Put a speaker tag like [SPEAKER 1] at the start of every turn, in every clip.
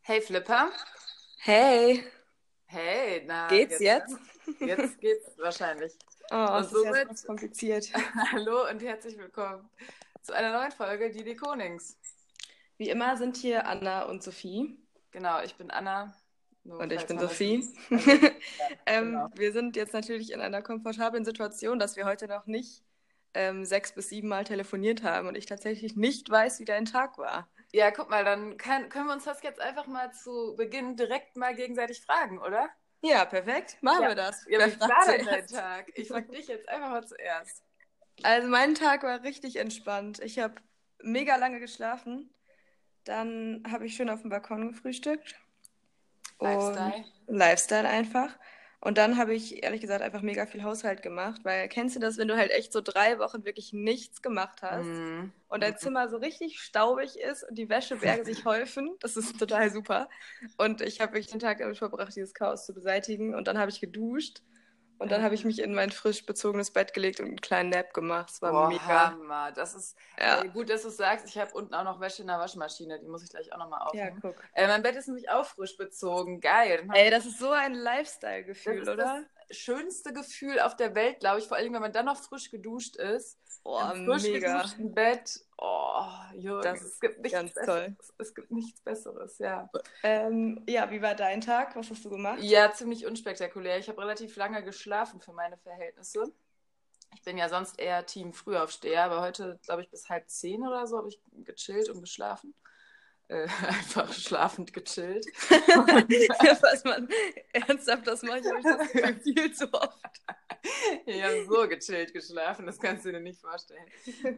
[SPEAKER 1] Hey Flipper.
[SPEAKER 2] Hey,
[SPEAKER 1] Hey, na,
[SPEAKER 2] geht's Ah, jetzt?
[SPEAKER 1] Jetzt geht's wahrscheinlich.
[SPEAKER 2] Oh,
[SPEAKER 1] Und
[SPEAKER 2] das ist ja
[SPEAKER 1] somit-
[SPEAKER 2] ganz kompliziert.
[SPEAKER 1] Hallo und herzlich willkommen zu einer neuen Folge Die Konings.
[SPEAKER 2] Wie immer sind hier Anna und Sophie.
[SPEAKER 1] Genau, ich bin Anna. Nur
[SPEAKER 2] Und ich
[SPEAKER 1] falls
[SPEAKER 2] bin
[SPEAKER 1] man das-
[SPEAKER 2] Sophie.
[SPEAKER 1] Also,
[SPEAKER 2] ähm,
[SPEAKER 1] genau.
[SPEAKER 2] Wir sind jetzt natürlich in einer komfortablen Situation, dass wir heute noch nicht ähm, sechs bis sieben Mal telefoniert haben und ich tatsächlich nicht weiß, wie dein Tag war.
[SPEAKER 1] Ja, guck mal, dann kann, können wir uns das jetzt einfach mal zu Beginn direkt mal gegenseitig fragen, oder?
[SPEAKER 2] Ja, perfekt. Machen
[SPEAKER 1] Ja.
[SPEAKER 2] wir das.
[SPEAKER 1] Ja,
[SPEAKER 2] Wer
[SPEAKER 1] wie
[SPEAKER 2] fragt
[SPEAKER 1] war denn dein
[SPEAKER 2] zuerst?
[SPEAKER 1] Tag? Ich frag dich jetzt einfach mal zuerst.
[SPEAKER 2] Also mein Tag war richtig entspannt. Ich habe mega lange geschlafen. Dann habe ich schön auf dem Balkon gefrühstückt. Und
[SPEAKER 1] Lifestyle.
[SPEAKER 2] Lifestyle einfach. Und dann habe ich ehrlich gesagt einfach mega viel Haushalt gemacht, weil kennst du das, wenn du halt echt so drei Wochen wirklich nichts gemacht hast
[SPEAKER 1] Mhm.
[SPEAKER 2] und dein Zimmer so richtig staubig ist und die Wäscheberge sich häufen? Das ist total super. Und ich habe wirklich den Tag damit verbracht, dieses Chaos zu beseitigen. Und dann habe ich geduscht und dann habe ich mich in mein frisch bezogenes Bett gelegt und einen kleinen Nap gemacht. Es war
[SPEAKER 1] Boah,
[SPEAKER 2] mega.
[SPEAKER 1] Hammer. Das ist
[SPEAKER 2] Ja.
[SPEAKER 1] äh, gut, dass du es sagst. Ich habe unten auch noch Wäsche in der Waschmaschine. Die muss ich gleich auch nochmal aufnehmen.
[SPEAKER 2] ja, guck.
[SPEAKER 1] Äh, mein Bett ist nämlich auch frisch bezogen. Geil. Dann hab
[SPEAKER 2] Ey, das ist so ein Lifestyle-Gefühl,
[SPEAKER 1] Das ist
[SPEAKER 2] oder?
[SPEAKER 1] das schönste Gefühl auf der Welt, glaube ich. Vor allem, wenn man dann noch frisch geduscht ist.
[SPEAKER 2] Boah,
[SPEAKER 1] Im frisch
[SPEAKER 2] mega.
[SPEAKER 1] geduschen Bett. Oh, Jürgen,
[SPEAKER 2] Das
[SPEAKER 1] es gibt nichts
[SPEAKER 2] ganz
[SPEAKER 1] Besseres.
[SPEAKER 2] toll.
[SPEAKER 1] Es gibt nichts Besseres, ja.
[SPEAKER 2] Ähm, ja, wie war dein Tag? Was hast du gemacht?
[SPEAKER 1] Ja, ziemlich unspektakulär. Ich habe relativ lange geschlafen für meine Verhältnisse. Ich bin ja sonst eher Team Frühaufsteher, aber heute, glaube ich, bis halb zehn oder so habe ich gechillt und geschlafen. Äh, einfach schlafend gechillt.
[SPEAKER 2] Was man ernsthaft das mache, ich habe ich das Gefühl, viel zu oft.
[SPEAKER 1] Ich habe so gechillt geschlafen, das kannst du dir nicht vorstellen.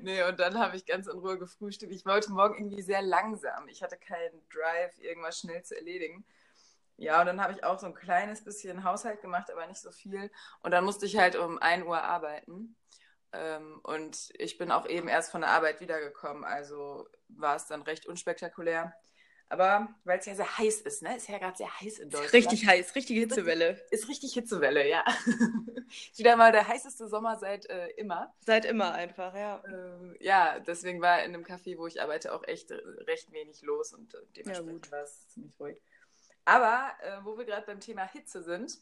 [SPEAKER 1] Nee, und dann habe ich ganz in Ruhe gefrühstückt. Ich war heute Morgen irgendwie sehr langsam. Ich hatte keinen Drive, irgendwas schnell zu erledigen. Ja, und dann habe ich auch so ein kleines bisschen Haushalt gemacht, aber nicht so viel. Und dann musste ich halt um 1 Uhr arbeiten. Ähm, und ich bin auch eben erst von der Arbeit wiedergekommen, also war es dann recht unspektakulär. Aber weil es ja sehr heiß ist, ne? Ist ja gerade sehr heiß in Deutschland.
[SPEAKER 2] Richtig heiß, richtige Hitzewelle.
[SPEAKER 1] Ist richtig Hitzewelle, ja. ist wieder mal der heißeste Sommer seit äh, immer.
[SPEAKER 2] Seit immer einfach, ja.
[SPEAKER 1] Ähm, ja, deswegen war in dem Café, wo ich arbeite, auch echt äh, recht wenig los und äh,
[SPEAKER 2] Ja,
[SPEAKER 1] dementsprechend
[SPEAKER 2] gut.
[SPEAKER 1] war es ziemlich ruhig. Aber äh, wo wir gerade beim Thema Hitze sind,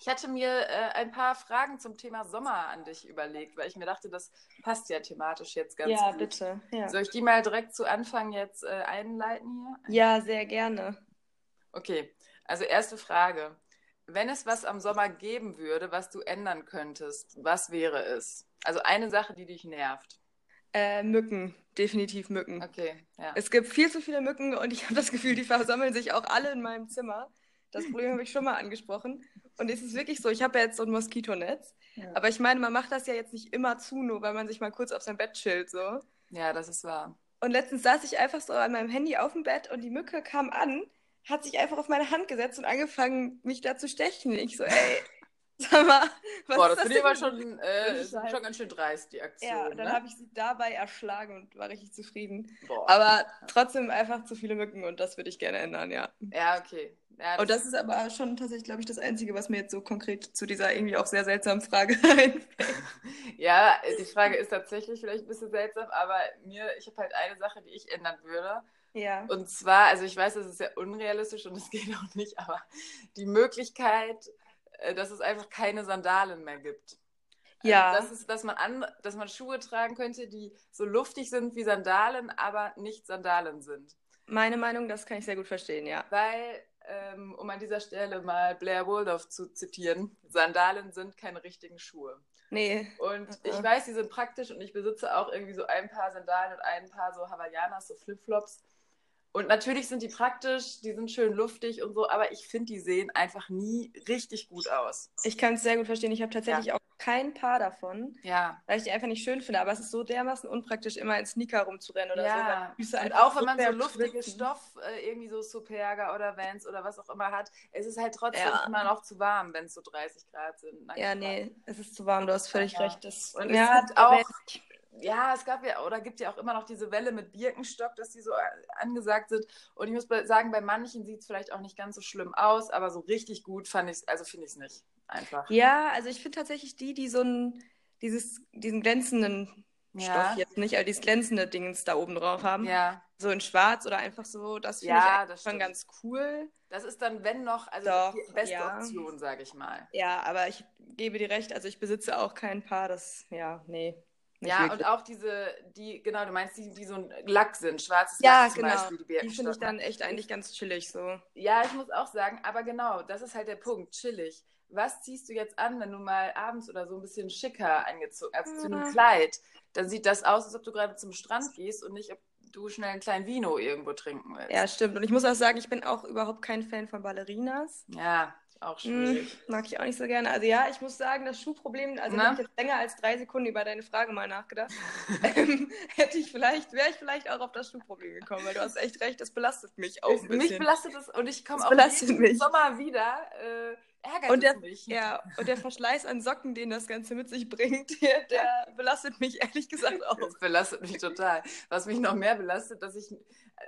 [SPEAKER 1] ich hatte mir äh, ein paar Fragen zum Thema Sommer an dich überlegt, weil ich mir dachte, das passt ja thematisch jetzt ganz
[SPEAKER 2] Ja,
[SPEAKER 1] gut.
[SPEAKER 2] bitte. Ja.
[SPEAKER 1] Soll ich die mal direkt zu Anfang jetzt äh, einleiten hier?
[SPEAKER 2] ja, sehr gerne.
[SPEAKER 1] Okay, also erste Frage. Wenn es was am Sommer geben würde, was du ändern könntest, was wäre es? Also eine Sache, die dich nervt.
[SPEAKER 2] Äh, Mücken, definitiv Mücken.
[SPEAKER 1] Okay, ja.
[SPEAKER 2] Es gibt viel zu viele Mücken und ich habe das Gefühl, die versammeln sich auch alle in meinem Zimmer. Das Problem habe ich schon mal angesprochen. Und es ist wirklich so, ich habe ja jetzt so ein Moskitonetz.
[SPEAKER 1] Ja.
[SPEAKER 2] Aber ich meine, man macht das ja jetzt nicht immer zu, nur weil man sich mal kurz auf sein Bett chillt. So.
[SPEAKER 1] Ja, das ist wahr.
[SPEAKER 2] Und letztens saß ich einfach so an meinem Handy auf dem Bett und die Mücke kam an, hat sich einfach auf meine Hand gesetzt und angefangen, mich da zu stechen. Ich so, ey, sag mal, was
[SPEAKER 1] Boah,
[SPEAKER 2] ist
[SPEAKER 1] das finde
[SPEAKER 2] das
[SPEAKER 1] ich
[SPEAKER 2] denn?
[SPEAKER 1] aber schon, äh,
[SPEAKER 2] Scheiße.
[SPEAKER 1] schon ganz schön dreist, die Aktion.
[SPEAKER 2] Ja, und dann
[SPEAKER 1] ne?
[SPEAKER 2] habe ich sie dabei erschlagen und war richtig zufrieden.
[SPEAKER 1] Boah.
[SPEAKER 2] Aber trotzdem einfach zu viele Mücken und das würde ich gerne ändern, ja.
[SPEAKER 1] ja, okay. Ja,
[SPEAKER 2] Und das ist aber schon tatsächlich, glaube ich, das Einzige, was mir jetzt so konkret zu dieser irgendwie auch sehr seltsamen Frage einfällt.
[SPEAKER 1] ja, die Frage ist tatsächlich vielleicht ein bisschen seltsam, aber mir, ich habe halt eine Sache, die ich ändern würde.
[SPEAKER 2] Ja.
[SPEAKER 1] Und zwar, also ich weiß, das ist ja unrealistisch und es geht auch nicht, aber die Möglichkeit, äh, dass es einfach keine Sandalen mehr gibt.
[SPEAKER 2] Ja.
[SPEAKER 1] Also das ist, dass man an, dass man Schuhe tragen könnte, die so luftig sind wie Sandalen, aber nicht Sandalen sind.
[SPEAKER 2] Meine Meinung, das kann ich sehr gut verstehen, ja.
[SPEAKER 1] Weil, ähm, um an dieser Stelle mal Blair Waldorf zu zitieren, Sandalen sind keine richtigen Schuhe.
[SPEAKER 2] Nee.
[SPEAKER 1] Und ich
[SPEAKER 2] Mhm.
[SPEAKER 1] weiß, die sind praktisch und ich besitze auch irgendwie so ein paar Sandalen und ein paar so Hawaiianas, so Flipflops. Und natürlich sind die praktisch, die sind schön luftig und so, aber ich finde, die sehen einfach nie richtig gut aus.
[SPEAKER 2] Ich kann es sehr gut verstehen. Ich habe tatsächlich auch kein Paar davon,
[SPEAKER 1] Ja.
[SPEAKER 2] weil ich die einfach nicht schön finde. Aber es ist so dermaßen unpraktisch, immer in Sneaker rumzurennen oder so. weil
[SPEAKER 1] ja.
[SPEAKER 2] die Füße
[SPEAKER 1] und
[SPEAKER 2] einfach
[SPEAKER 1] auch wenn man so
[SPEAKER 2] sehr
[SPEAKER 1] luftigen
[SPEAKER 2] schwitzen.
[SPEAKER 1] Stoff, äh, irgendwie so Superga oder Vans oder was auch immer hat, es ist halt trotzdem
[SPEAKER 2] Ja.
[SPEAKER 1] immer noch zu warm, wenn es so 30 Grad sind. Na
[SPEAKER 2] Ja,
[SPEAKER 1] klar.
[SPEAKER 2] nee, es ist zu warm, du hast völlig
[SPEAKER 1] Ja.
[SPEAKER 2] recht. Das,
[SPEAKER 1] Und
[SPEAKER 2] ja,
[SPEAKER 1] es gibt
[SPEAKER 2] da
[SPEAKER 1] auch,
[SPEAKER 2] wär-
[SPEAKER 1] ja, es gab ja oder gibt ja auch immer noch diese Welle mit Birkenstock, dass die so äh, angesagt sind. Und ich muss be- sagen, bei manchen sieht es vielleicht auch nicht ganz so schlimm aus, aber so richtig gut fand ich es, also finde ich es nicht einfach.
[SPEAKER 2] ja, also ich finde tatsächlich die, die so ein, dieses, diesen glänzenden
[SPEAKER 1] Ja.
[SPEAKER 2] Stoff jetzt nicht, also dieses glänzende Dingens da oben drauf haben,
[SPEAKER 1] Ja,
[SPEAKER 2] so in schwarz oder einfach so, das finde
[SPEAKER 1] Ja,
[SPEAKER 2] ich eigentlich
[SPEAKER 1] das
[SPEAKER 2] schon
[SPEAKER 1] stimmt.
[SPEAKER 2] ganz cool.
[SPEAKER 1] Das ist dann, wenn noch, also
[SPEAKER 2] Doch,
[SPEAKER 1] die beste
[SPEAKER 2] ja.
[SPEAKER 1] Option, sage ich mal.
[SPEAKER 2] Ja, aber ich gebe dir recht, also ich besitze auch kein Paar, das, ja, nee. nicht
[SPEAKER 1] Ja,
[SPEAKER 2] wirklich.
[SPEAKER 1] und auch diese, die, genau, du meinst die, die so ein Lack sind, schwarzes
[SPEAKER 2] Ja,
[SPEAKER 1] Lack zum
[SPEAKER 2] genau.
[SPEAKER 1] Beispiel, die
[SPEAKER 2] die finde ich
[SPEAKER 1] Birkenstock.
[SPEAKER 2] dann echt eigentlich ganz chillig so.
[SPEAKER 1] Ja, ich muss auch sagen, aber genau, das ist halt der Punkt, chillig. Was ziehst du jetzt an, wenn du mal abends oder so ein bisschen schicker angezogen, also zu einem
[SPEAKER 2] Ja.
[SPEAKER 1] Kleid? Dann sieht das aus, als ob du gerade zum Strand gehst und nicht, ob du schnell einen kleinen Vino irgendwo trinken willst.
[SPEAKER 2] Ja, stimmt. Und ich muss auch sagen, ich bin auch überhaupt kein Fan von Ballerinas.
[SPEAKER 1] Ja, auch
[SPEAKER 2] Hm,
[SPEAKER 1] schwierig.
[SPEAKER 2] mag ich auch nicht so gerne. Also ja, ich muss sagen, das Schuhproblem, also
[SPEAKER 1] Na?
[SPEAKER 2] habe ich jetzt länger als drei Sekunden über deine Frage mal nachgedacht, ähm, hätte ich vielleicht, wäre ich vielleicht auch auf das Schuhproblem gekommen, weil du hast echt recht, das belastet mich auch ein
[SPEAKER 1] mich
[SPEAKER 2] bisschen.
[SPEAKER 1] belastet es und ich komme
[SPEAKER 2] Es
[SPEAKER 1] auch
[SPEAKER 2] belastet
[SPEAKER 1] jeden
[SPEAKER 2] mich.
[SPEAKER 1] Sommer wieder, äh, ärgert
[SPEAKER 2] Und
[SPEAKER 1] es
[SPEAKER 2] der-
[SPEAKER 1] mich.
[SPEAKER 2] ja, und der Verschleiß an Socken, den das Ganze mit sich bringt, der, der belastet mich ehrlich gesagt auch.
[SPEAKER 1] Das belastet mich total. Was mich noch mehr belastet, dass ich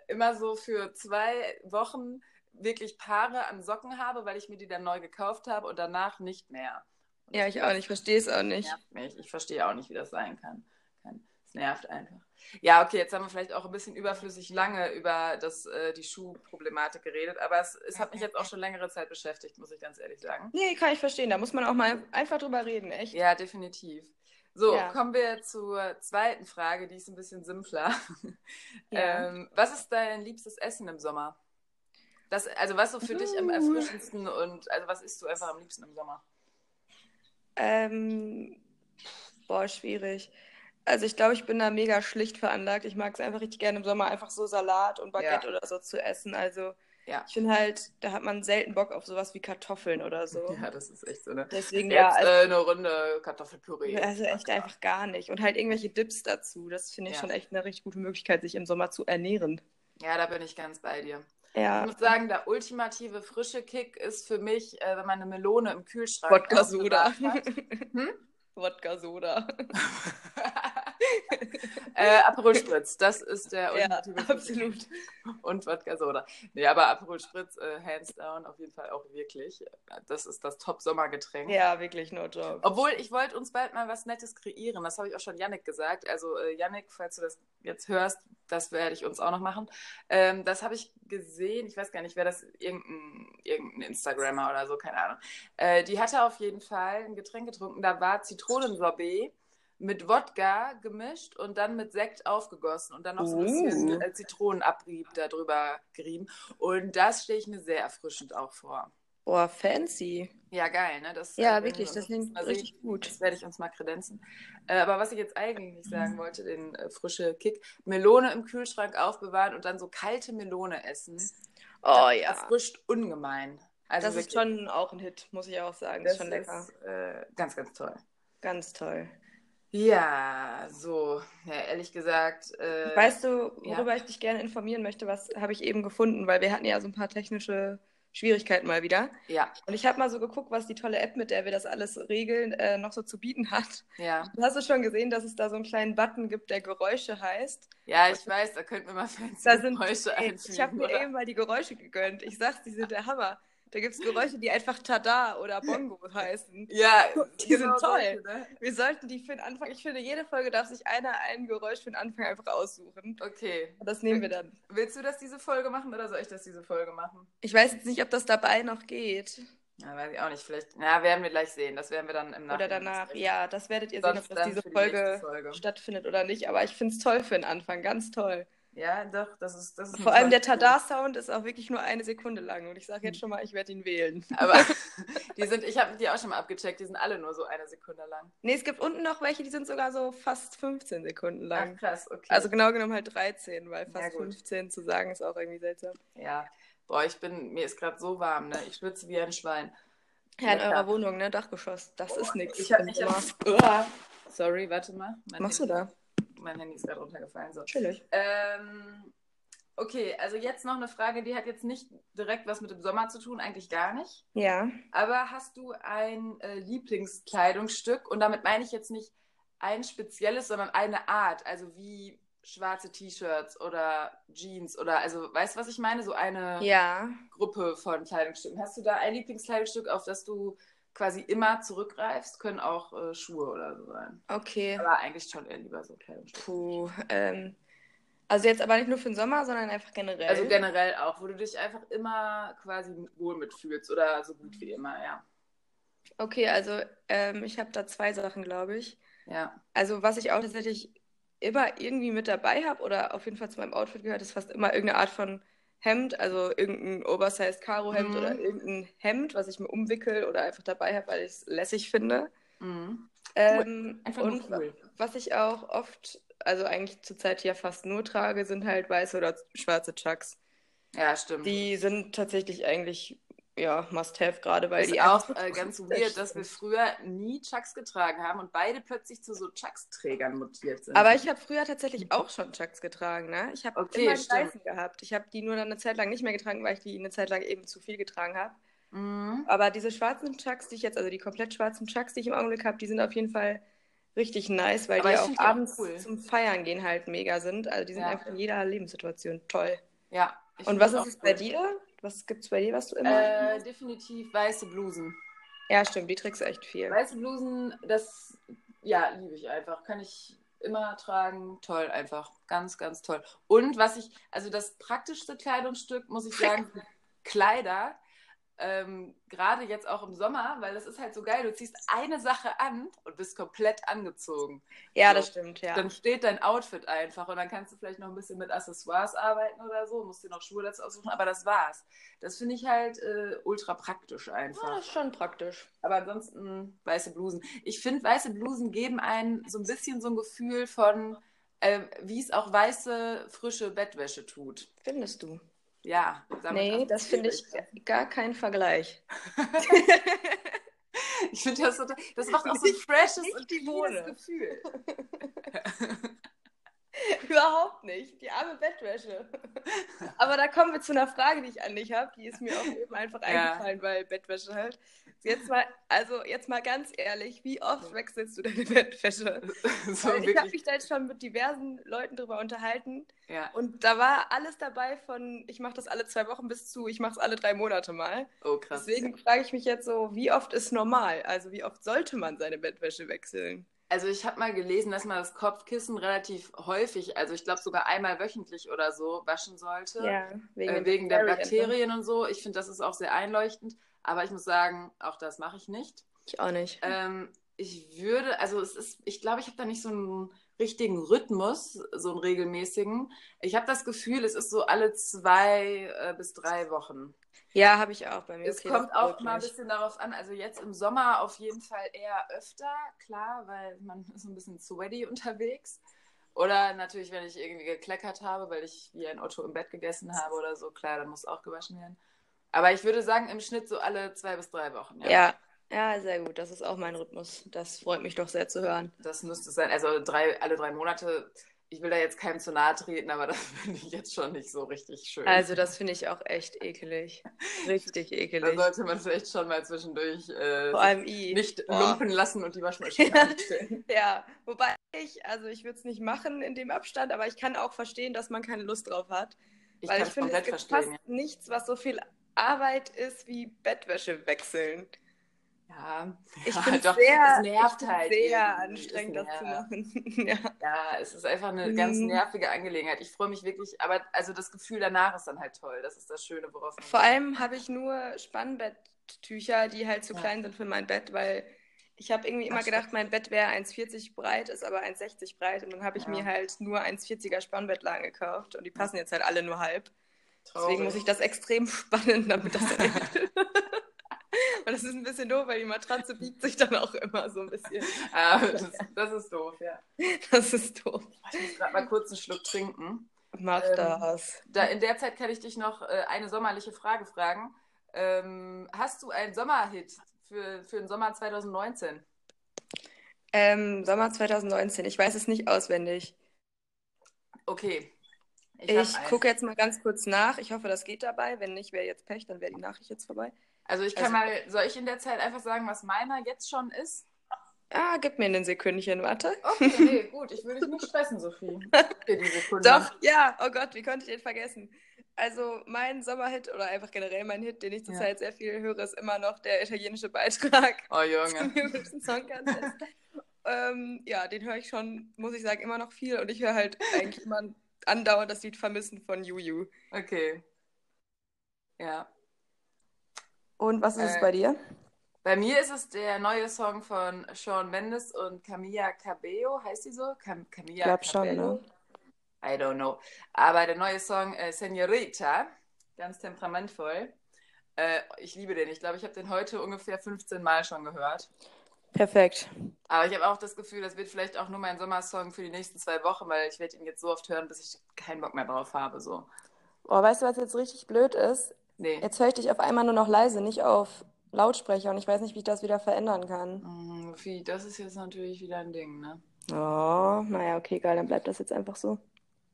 [SPEAKER 1] immer so für zwei Wochen wirklich Paare an Socken habe, weil ich mir die dann neu gekauft habe und danach nicht mehr. Und
[SPEAKER 2] Ja,
[SPEAKER 1] das
[SPEAKER 2] ich auch nicht, verstehe es auch nicht.
[SPEAKER 1] nervt mich. Ich verstehe auch nicht, wie das sein kann. kann. Es nervt einfach. Ja, okay, jetzt haben wir vielleicht auch ein bisschen überflüssig lange über das, äh, die Schuhproblematik geredet, aber es, es hat mich jetzt auch schon längere Zeit beschäftigt, muss ich ganz ehrlich sagen.
[SPEAKER 2] Nee, kann ich verstehen, da muss man auch mal einfach drüber reden, echt.
[SPEAKER 1] Ja, definitiv. So,
[SPEAKER 2] Ja.
[SPEAKER 1] kommen wir zur zweiten Frage, die ist ein bisschen simpler.
[SPEAKER 2] Ja.
[SPEAKER 1] Ähm, was ist dein liebstes Essen im Sommer? Das, also was so für dich am
[SPEAKER 2] Uh.
[SPEAKER 1] erfrischendsten und also was isst du einfach am liebsten im Sommer?
[SPEAKER 2] Ähm, boah, schwierig. Also ich glaube, ich bin da mega schlicht veranlagt. Ich mag es einfach richtig gerne im Sommer einfach so Salat und Baguette oder so zu essen. Also
[SPEAKER 1] Ja.
[SPEAKER 2] ich finde halt, da hat man selten Bock auf sowas wie Kartoffeln oder so.
[SPEAKER 1] Ja, das ist echt so eine.
[SPEAKER 2] Deswegen
[SPEAKER 1] Jetzt
[SPEAKER 2] ja, also,
[SPEAKER 1] äh, eine Runde Kartoffelpüree.
[SPEAKER 2] also echt einfach gar nicht. Und halt irgendwelche Dips dazu. Das finde ich
[SPEAKER 1] Ja.
[SPEAKER 2] schon echt eine richtig gute Möglichkeit, sich im Sommer zu ernähren.
[SPEAKER 1] Ja, da bin ich ganz bei dir. Ich
[SPEAKER 2] Ja.
[SPEAKER 1] muss sagen, der ultimative frische Kick ist für mich, äh, wenn man eine Melone im Kühlschrank
[SPEAKER 2] Wodka-Soda.
[SPEAKER 1] aufbewahrt Hm?
[SPEAKER 2] Wodka-Soda.
[SPEAKER 1] hat. äh, Aperol Spritz, das ist der
[SPEAKER 2] Ja,
[SPEAKER 1] ultimative frische
[SPEAKER 2] absolut.
[SPEAKER 1] Und Wodka Soda. Nee, aber Aperol Spritz, äh, hands down, auf jeden Fall auch wirklich. Das ist das Top-Sommergetränk.
[SPEAKER 2] Ja, wirklich, no joke.
[SPEAKER 1] Obwohl, ich wollte uns bald mal was Nettes kreieren. Das habe ich auch schon Yannick gesagt. Also, äh, Yannick, falls du das jetzt hörst, das werde ich uns auch noch machen. Ähm, das habe ich gesehen. Ich weiß gar nicht, wer das, irgendein, irgendein Instagrammer oder so, keine Ahnung. Äh, die hatte auf jeden Fall ein Getränk getrunken. Da war Zitronensorbet mit Wodka gemischt und dann mit Sekt aufgegossen und dann noch so ein bisschen
[SPEAKER 2] Oh.
[SPEAKER 1] äh, Zitronenabrieb darüber gerieben. Und das stelle ich mir sehr erfrischend auch vor.
[SPEAKER 2] Boah, fancy.
[SPEAKER 1] Ja, geil, ne? Das,
[SPEAKER 2] Ja,
[SPEAKER 1] äh, wenn wir
[SPEAKER 2] wirklich, das
[SPEAKER 1] uns
[SPEAKER 2] klingt
[SPEAKER 1] mal sehen.
[SPEAKER 2] richtig gut.
[SPEAKER 1] Das werde ich uns mal kredenzen. Äh, aber was ich jetzt eigentlich sagen wollte, den äh, frische Kick, Melone im Kühlschrank aufbewahren und dann so kalte Melone essen,
[SPEAKER 2] Oh
[SPEAKER 1] das
[SPEAKER 2] ja.
[SPEAKER 1] frischt ungemein. Also
[SPEAKER 2] das ist
[SPEAKER 1] wirklich,
[SPEAKER 2] schon auch ein Hit, muss ich auch sagen.
[SPEAKER 1] das
[SPEAKER 2] ist schon lecker.
[SPEAKER 1] ist, äh, ganz, ganz toll.
[SPEAKER 2] Ganz toll.
[SPEAKER 1] Ja, so, ja, ehrlich gesagt, äh,
[SPEAKER 2] weißt du,
[SPEAKER 1] ja.
[SPEAKER 2] worüber ich dich gerne informieren möchte, was habe ich eben gefunden, weil wir hatten ja so ein paar technische Schwierigkeiten mal wieder.
[SPEAKER 1] ja,
[SPEAKER 2] Und ich habe mal so geguckt, was die tolle App, mit der wir das alles regeln, äh, noch so zu bieten hat.
[SPEAKER 1] ja.
[SPEAKER 2] Du hast du schon gesehen, dass es da so einen kleinen Button gibt, der Geräusche heißt.
[SPEAKER 1] Ja, ich weiß, da könnten wir mal fancy
[SPEAKER 2] Da sind-
[SPEAKER 1] Geräusche
[SPEAKER 2] Ey, ich habe
[SPEAKER 1] einfügen,
[SPEAKER 2] mir
[SPEAKER 1] oder?
[SPEAKER 2] eben mal die Geräusche gegönnt. Ich sag's, die sind der Hammer. Da gibt es Geräusche, die einfach Tada oder Bongo heißen.
[SPEAKER 1] Ja,
[SPEAKER 2] Die sind
[SPEAKER 1] solche, ne?
[SPEAKER 2] Wir sollten die für den Anfang, ich finde, jede Folge darf sich einer ein Geräusch für den Anfang einfach aussuchen.
[SPEAKER 1] Okay.
[SPEAKER 2] Und das nehmen wir dann.
[SPEAKER 1] Willst du das diese Folge machen oder soll ich das diese Folge machen?
[SPEAKER 2] Ich weiß jetzt nicht, ob das dabei noch geht.
[SPEAKER 1] Ja, weiß ich auch nicht. Vielleicht, na, werden wir gleich sehen. Das werden wir dann im Nachhinein.
[SPEAKER 2] Oder danach.
[SPEAKER 1] besprechen.
[SPEAKER 2] Ja, das werdet ihr sehen, ob
[SPEAKER 1] Sonst
[SPEAKER 2] das
[SPEAKER 1] dann
[SPEAKER 2] diese
[SPEAKER 1] für die nächste
[SPEAKER 2] Folge
[SPEAKER 1] Folge.
[SPEAKER 2] stattfindet oder nicht. Aber ich finde es toll für den Anfang, ganz toll.
[SPEAKER 1] Ja, doch, das ist. Das ist
[SPEAKER 2] Vor
[SPEAKER 1] eine
[SPEAKER 2] allem der
[SPEAKER 1] tolle
[SPEAKER 2] Tada-Sound ist auch wirklich nur eine Sekunde lang. Und ich sage
[SPEAKER 1] Hm.
[SPEAKER 2] jetzt schon mal, ich werde ihn wählen.
[SPEAKER 1] Idee. Aber die sind, ich habe die auch schon mal abgecheckt, die sind alle nur so eine Sekunde lang.
[SPEAKER 2] Nee, es gibt unten noch welche, die sind sogar so fast 15 Sekunden lang.
[SPEAKER 1] Ach, krass, okay.
[SPEAKER 2] Also genau genommen halt 13, weil
[SPEAKER 1] Ja,
[SPEAKER 2] fast
[SPEAKER 1] gut.
[SPEAKER 2] 15 zu sagen ist auch irgendwie seltsam.
[SPEAKER 1] ja. Boah, ich bin, mir ist gerade so warm, ne? Ich schwitze wie ein Schwein.
[SPEAKER 2] Ja, in
[SPEAKER 1] Ja,
[SPEAKER 2] eurer
[SPEAKER 1] klar. Oh,
[SPEAKER 2] Wohnung, ne? Dachgeschoss. Das ist nichts.
[SPEAKER 1] Ich hab, ich hab, uah. Sorry, warte mal. Mein
[SPEAKER 2] Machst du
[SPEAKER 1] Handy,
[SPEAKER 2] da?
[SPEAKER 1] Mein Handy ist gerade runtergefallen. So.
[SPEAKER 2] Chillig.
[SPEAKER 1] Ähm, okay, also jetzt noch eine Frage, die hat jetzt nicht direkt was mit dem Sommer zu tun, eigentlich gar nicht.
[SPEAKER 2] Ja.
[SPEAKER 1] Aber hast du ein äh, Lieblingskleidungsstück? Und damit meine ich jetzt nicht ein spezielles, sondern eine Art. Also wie schwarze T-Shirts oder Jeans oder also weißt du, was ich meine? So eine
[SPEAKER 2] Ja.
[SPEAKER 1] Gruppe von Kleidungsstücken. Hast du da ein Lieblingskleidungsstück, auf das du quasi immer zurückgreifst? Können auch äh, Schuhe oder so sein.
[SPEAKER 2] Okay.
[SPEAKER 1] Aber eigentlich schon eher lieber so Kleidungsstücke.
[SPEAKER 2] Puh. Ähm, Also jetzt aber nicht nur für den Sommer, sondern einfach generell.
[SPEAKER 1] Also generell auch, wo du dich einfach immer quasi wohl mitfühlst oder so gut wie immer, ja.
[SPEAKER 2] Okay, also ähm, ich habe da zwei Sachen, glaube ich.
[SPEAKER 1] Ja.
[SPEAKER 2] Also was ich auch tatsächlich immer irgendwie mit dabei habe oder auf jeden Fall zu meinem Outfit gehört, ist fast immer irgendeine Art von Hemd, also irgendein oversized Karo-Hemd
[SPEAKER 1] Mhm.
[SPEAKER 2] oder irgendein Hemd, was ich mir umwickel oder einfach dabei habe, weil ich es lässig finde.
[SPEAKER 1] Mhm.
[SPEAKER 2] Ähm,
[SPEAKER 1] Einfach nur
[SPEAKER 2] und
[SPEAKER 1] cool.
[SPEAKER 2] was ich auch oft, also eigentlich zurzeit ja fast nur trage, sind halt weiße oder schwarze Chucks.
[SPEAKER 1] Ja, stimmt.
[SPEAKER 2] Die sind tatsächlich eigentlich, ja, must have gerade, weil
[SPEAKER 1] ist
[SPEAKER 2] die
[SPEAKER 1] auch
[SPEAKER 2] einfach-
[SPEAKER 1] äh, ganz
[SPEAKER 2] sehr
[SPEAKER 1] weird, dass wir
[SPEAKER 2] schön.
[SPEAKER 1] früher nie Chucks getragen haben und beide plötzlich zu so Chucks-Trägern mutiert sind.
[SPEAKER 2] Aber ich habe früher tatsächlich auch schon Chucks getragen, ne? Ich habe
[SPEAKER 1] Okay,
[SPEAKER 2] immer die
[SPEAKER 1] stimmt.
[SPEAKER 2] weißen gehabt. Ich habe die nur dann eine Zeit lang nicht mehr getragen, weil ich die eine Zeit lang eben zu viel getragen habe.
[SPEAKER 1] Mhm.
[SPEAKER 2] Aber diese schwarzen Chucks, die ich jetzt, also die komplett schwarzen Chucks, die ich im Augenblick habe, die sind auf jeden Fall richtig nice, weil
[SPEAKER 1] Aber
[SPEAKER 2] die
[SPEAKER 1] ich
[SPEAKER 2] auch
[SPEAKER 1] find die auch
[SPEAKER 2] abends
[SPEAKER 1] cool.
[SPEAKER 2] zum Feiern gehen halt mega sind. Also die sind
[SPEAKER 1] Ja.
[SPEAKER 2] einfach in jeder Lebenssituation toll.
[SPEAKER 1] Ja. ich
[SPEAKER 2] Und
[SPEAKER 1] find
[SPEAKER 2] was
[SPEAKER 1] das
[SPEAKER 2] ist
[SPEAKER 1] auch
[SPEAKER 2] es bei
[SPEAKER 1] cool.
[SPEAKER 2] dir? Was gibt's bei dir, was du immer?
[SPEAKER 1] Äh, definitiv weiße Blusen.
[SPEAKER 2] Ja, stimmt, die trägst du echt viel.
[SPEAKER 1] Weiße Blusen, das ja, liebe ich einfach. Kann ich immer tragen. Toll, einfach. Ganz, ganz toll. Und was ich, also das praktischste Kleidungsstück, muss ich sagen, sind Kleider. Ähm, Gerade jetzt auch im Sommer, weil das ist halt so geil. Du ziehst eine Sache an und bist komplett angezogen.
[SPEAKER 2] Ja,
[SPEAKER 1] so.
[SPEAKER 2] das stimmt, ja.
[SPEAKER 1] Dann steht dein Outfit einfach und dann kannst du vielleicht noch ein bisschen mit Accessoires arbeiten oder so, musst dir noch Schuhe dazu aussuchen, aber das war's. Das finde ich halt äh, ultra praktisch einfach.
[SPEAKER 2] Ja, Ah, das ist schon praktisch.
[SPEAKER 1] Aber ansonsten weiße Blusen. Ich finde, weiße Blusen geben einem so ein bisschen so ein Gefühl von, ähm, wie es auch weiße, frische Bettwäsche tut.
[SPEAKER 2] Findest du?
[SPEAKER 1] Ja. sag mal,
[SPEAKER 2] Nee, das finde ich
[SPEAKER 1] schwierig.
[SPEAKER 2] gar kein Vergleich.
[SPEAKER 1] Ich finde, das, total- das macht auch so ein freshes
[SPEAKER 2] nicht
[SPEAKER 1] und
[SPEAKER 2] die
[SPEAKER 1] cleanes
[SPEAKER 2] Bohne.
[SPEAKER 1] Gefühl.
[SPEAKER 2] Überhaupt nicht. Die arme Bettwäsche. Aber da kommen wir zu einer Frage, die ich an dich habe. Die ist mir auch eben einfach
[SPEAKER 1] Ja.
[SPEAKER 2] eingefallen, weil Bettwäsche halt. Jetzt mal, also jetzt mal ganz ehrlich, wie oft wechselst du deine Bettwäsche?
[SPEAKER 1] So
[SPEAKER 2] Weil ich habe
[SPEAKER 1] wirklich.
[SPEAKER 2] mich da jetzt schon mit diversen Leuten drüber unterhalten
[SPEAKER 1] Ja.
[SPEAKER 2] und da war alles dabei von, ich mache das alle zwei Wochen bis zu, ich mache es alle drei Monate mal.
[SPEAKER 1] Oh, krass.
[SPEAKER 2] Deswegen frage ich mich jetzt so, wie oft ist normal? Also wie oft sollte man seine Bettwäsche wechseln?
[SPEAKER 1] Also ich habe mal gelesen, dass man das Kopfkissen relativ häufig, also ich glaube sogar einmal wöchentlich oder so, waschen sollte.
[SPEAKER 2] wegen,
[SPEAKER 1] äh,
[SPEAKER 2] den
[SPEAKER 1] wegen der
[SPEAKER 2] Bakterien.
[SPEAKER 1] Bakterien und so. Ich finde, das ist auch sehr einleuchtend. Aber ich muss sagen, auch das mache ich nicht.
[SPEAKER 2] Ich auch nicht.
[SPEAKER 1] Ähm, ich würde, also es ist, ich glaube, ich habe da nicht so einen richtigen Rhythmus, so einen regelmäßigen. Ich habe das Gefühl, es ist so alle zwei äh, bis drei Wochen.
[SPEAKER 2] Ja, habe ich auch bei mir.
[SPEAKER 1] Es
[SPEAKER 2] Okay,
[SPEAKER 1] kommt
[SPEAKER 2] das
[SPEAKER 1] auch
[SPEAKER 2] wirklich.
[SPEAKER 1] mal ein bisschen darauf an. Also jetzt im Sommer auf jeden Fall eher öfter, klar, weil man ist ein bisschen sweaty unterwegs. Oder natürlich, wenn ich irgendwie gekleckert habe, weil ich wie ein Otto im Bett gegessen habe oder so, klar, dann muss auch gewaschen werden. Aber ich würde sagen, im Schnitt so alle zwei bis drei Wochen. Ja.
[SPEAKER 2] Ja. ja, sehr gut. Das ist auch mein Rhythmus. Das freut mich doch sehr zu hören.
[SPEAKER 1] Das müsste es sein. Also drei, alle drei Monate. Ich will da jetzt keinem zu nahe treten, aber das finde ich jetzt schon nicht so richtig schön.
[SPEAKER 2] Also, das finde ich auch echt ekelig. Richtig
[SPEAKER 1] da
[SPEAKER 2] ekelig.
[SPEAKER 1] sollte man vielleicht schon mal zwischendurch äh,
[SPEAKER 2] Vor allem I.
[SPEAKER 1] Also, nicht
[SPEAKER 2] Boah.
[SPEAKER 1] lumpen lassen und die Waschmaschine
[SPEAKER 2] Ja.
[SPEAKER 1] anstellen.
[SPEAKER 2] Ja, wobei ich, also ich würde es nicht machen in dem Abstand, aber ich kann auch verstehen, dass man keine Lust drauf hat.
[SPEAKER 1] Ich
[SPEAKER 2] weil
[SPEAKER 1] kann
[SPEAKER 2] ich
[SPEAKER 1] es
[SPEAKER 2] finde, es
[SPEAKER 1] komplett
[SPEAKER 2] gibt
[SPEAKER 1] verstehen.
[SPEAKER 2] fast nichts, was so viel Arbeit ist wie Bettwäsche wechseln.
[SPEAKER 1] Ja,
[SPEAKER 2] Ich
[SPEAKER 1] Ja,
[SPEAKER 2] finde
[SPEAKER 1] doch,
[SPEAKER 2] es sehr,
[SPEAKER 1] es nervt
[SPEAKER 2] ich find's
[SPEAKER 1] halt
[SPEAKER 2] sehr
[SPEAKER 1] irgendwie.
[SPEAKER 2] anstrengend,
[SPEAKER 1] Es
[SPEAKER 2] das zu
[SPEAKER 1] nervt.
[SPEAKER 2] machen. ja.
[SPEAKER 1] ja, es ist einfach eine ganz
[SPEAKER 2] Mhm.
[SPEAKER 1] nervige Angelegenheit. Ich freue mich wirklich, aber also das Gefühl danach ist dann halt toll. Das ist das Schöne, worauf man.
[SPEAKER 2] Vor allem habe ich nur Spannbetttücher, die halt zu
[SPEAKER 1] Ja.
[SPEAKER 2] klein sind für mein Bett, weil ich habe irgendwie immer
[SPEAKER 1] Ach,
[SPEAKER 2] gedacht, mein Bett wäre 1,40 breit, ist aber 1,60 breit und dann habe ich
[SPEAKER 1] Ja.
[SPEAKER 2] mir halt nur 1,40er Spannbettlagen gekauft und die passen jetzt halt alle nur halb.
[SPEAKER 1] Traurig.
[SPEAKER 2] Deswegen muss ich das extrem spannen, damit das hält. Und das ist ein bisschen doof, weil die Matratze biegt sich dann auch immer so ein bisschen.
[SPEAKER 1] Ah, das, das ist doof, ja.
[SPEAKER 2] Das ist doof.
[SPEAKER 1] Ich muss gerade mal kurz einen Schluck trinken.
[SPEAKER 2] Mach
[SPEAKER 1] Ähm,
[SPEAKER 2] das.
[SPEAKER 1] Da, in der Zeit kann ich dich noch äh, eine sommerliche Frage fragen. Ähm, hast du einen Sommerhit für, für den Sommer 2019?
[SPEAKER 2] Ähm, Sommer 2019, ich weiß es nicht auswendig.
[SPEAKER 1] Okay.
[SPEAKER 2] Ich,
[SPEAKER 1] hab einen.
[SPEAKER 2] gucke jetzt mal ganz kurz nach. Ich hoffe, das geht dabei. Wenn nicht, wäre jetzt Pech, dann wäre die Nachricht jetzt vorbei.
[SPEAKER 1] Also ich kann
[SPEAKER 2] Also-
[SPEAKER 1] mal, soll ich in der Zeit einfach sagen, was meiner jetzt schon ist?
[SPEAKER 2] Ah, gib mir ein Sekündchen, warte.
[SPEAKER 1] Okay, nee, gut, ich will dich nicht stressen, Sophie. Für die Sekunde.
[SPEAKER 2] Doch, ja, oh Gott, wie konnte ich den vergessen? Also mein Sommerhit oder einfach generell mein Hit, den ich zurzeit sehr viel höre, ist immer noch der italienische Beitrag
[SPEAKER 1] Oh
[SPEAKER 2] zum
[SPEAKER 1] Junge.
[SPEAKER 2] Eurovision Song Contest. ähm, ja, den höre ich schon, muss ich sagen, immer noch viel und ich höre halt eigentlich immer andauernd das Lied vermissen von Juju.
[SPEAKER 1] Okay. Ja.
[SPEAKER 2] Und was ist
[SPEAKER 1] Äh,
[SPEAKER 2] es bei dir?
[SPEAKER 1] Bei mir ist es der neue Song von Sean Mendes und Camilla Cabello. Heißt die so? Cam Camilla
[SPEAKER 2] Glaub schon, ne?
[SPEAKER 1] Cabello? I don't know. Aber der neue Song äh, Senorita, ganz temperamentvoll. Äh, ich liebe den. Ich glaube, ich habe den heute ungefähr 15 Mal schon gehört.
[SPEAKER 2] Perfekt.
[SPEAKER 1] Aber ich habe auch das Gefühl, das wird vielleicht auch nur mein Sommersong für die nächsten zwei Wochen, weil ich werde ihn jetzt so oft hören, bis ich keinen Bock mehr drauf habe. So.
[SPEAKER 2] Oh, weißt du, was jetzt richtig blöd ist?
[SPEAKER 1] Nee.
[SPEAKER 2] Jetzt höre ich dich auf einmal nur noch leise, nicht auf Lautsprecher und ich weiß nicht, wie ich das wieder verändern kann.
[SPEAKER 1] Mm, Wie, das ist jetzt natürlich wieder ein Ding, ne?
[SPEAKER 2] Oh, naja, okay, geil, dann bleibt das jetzt einfach so.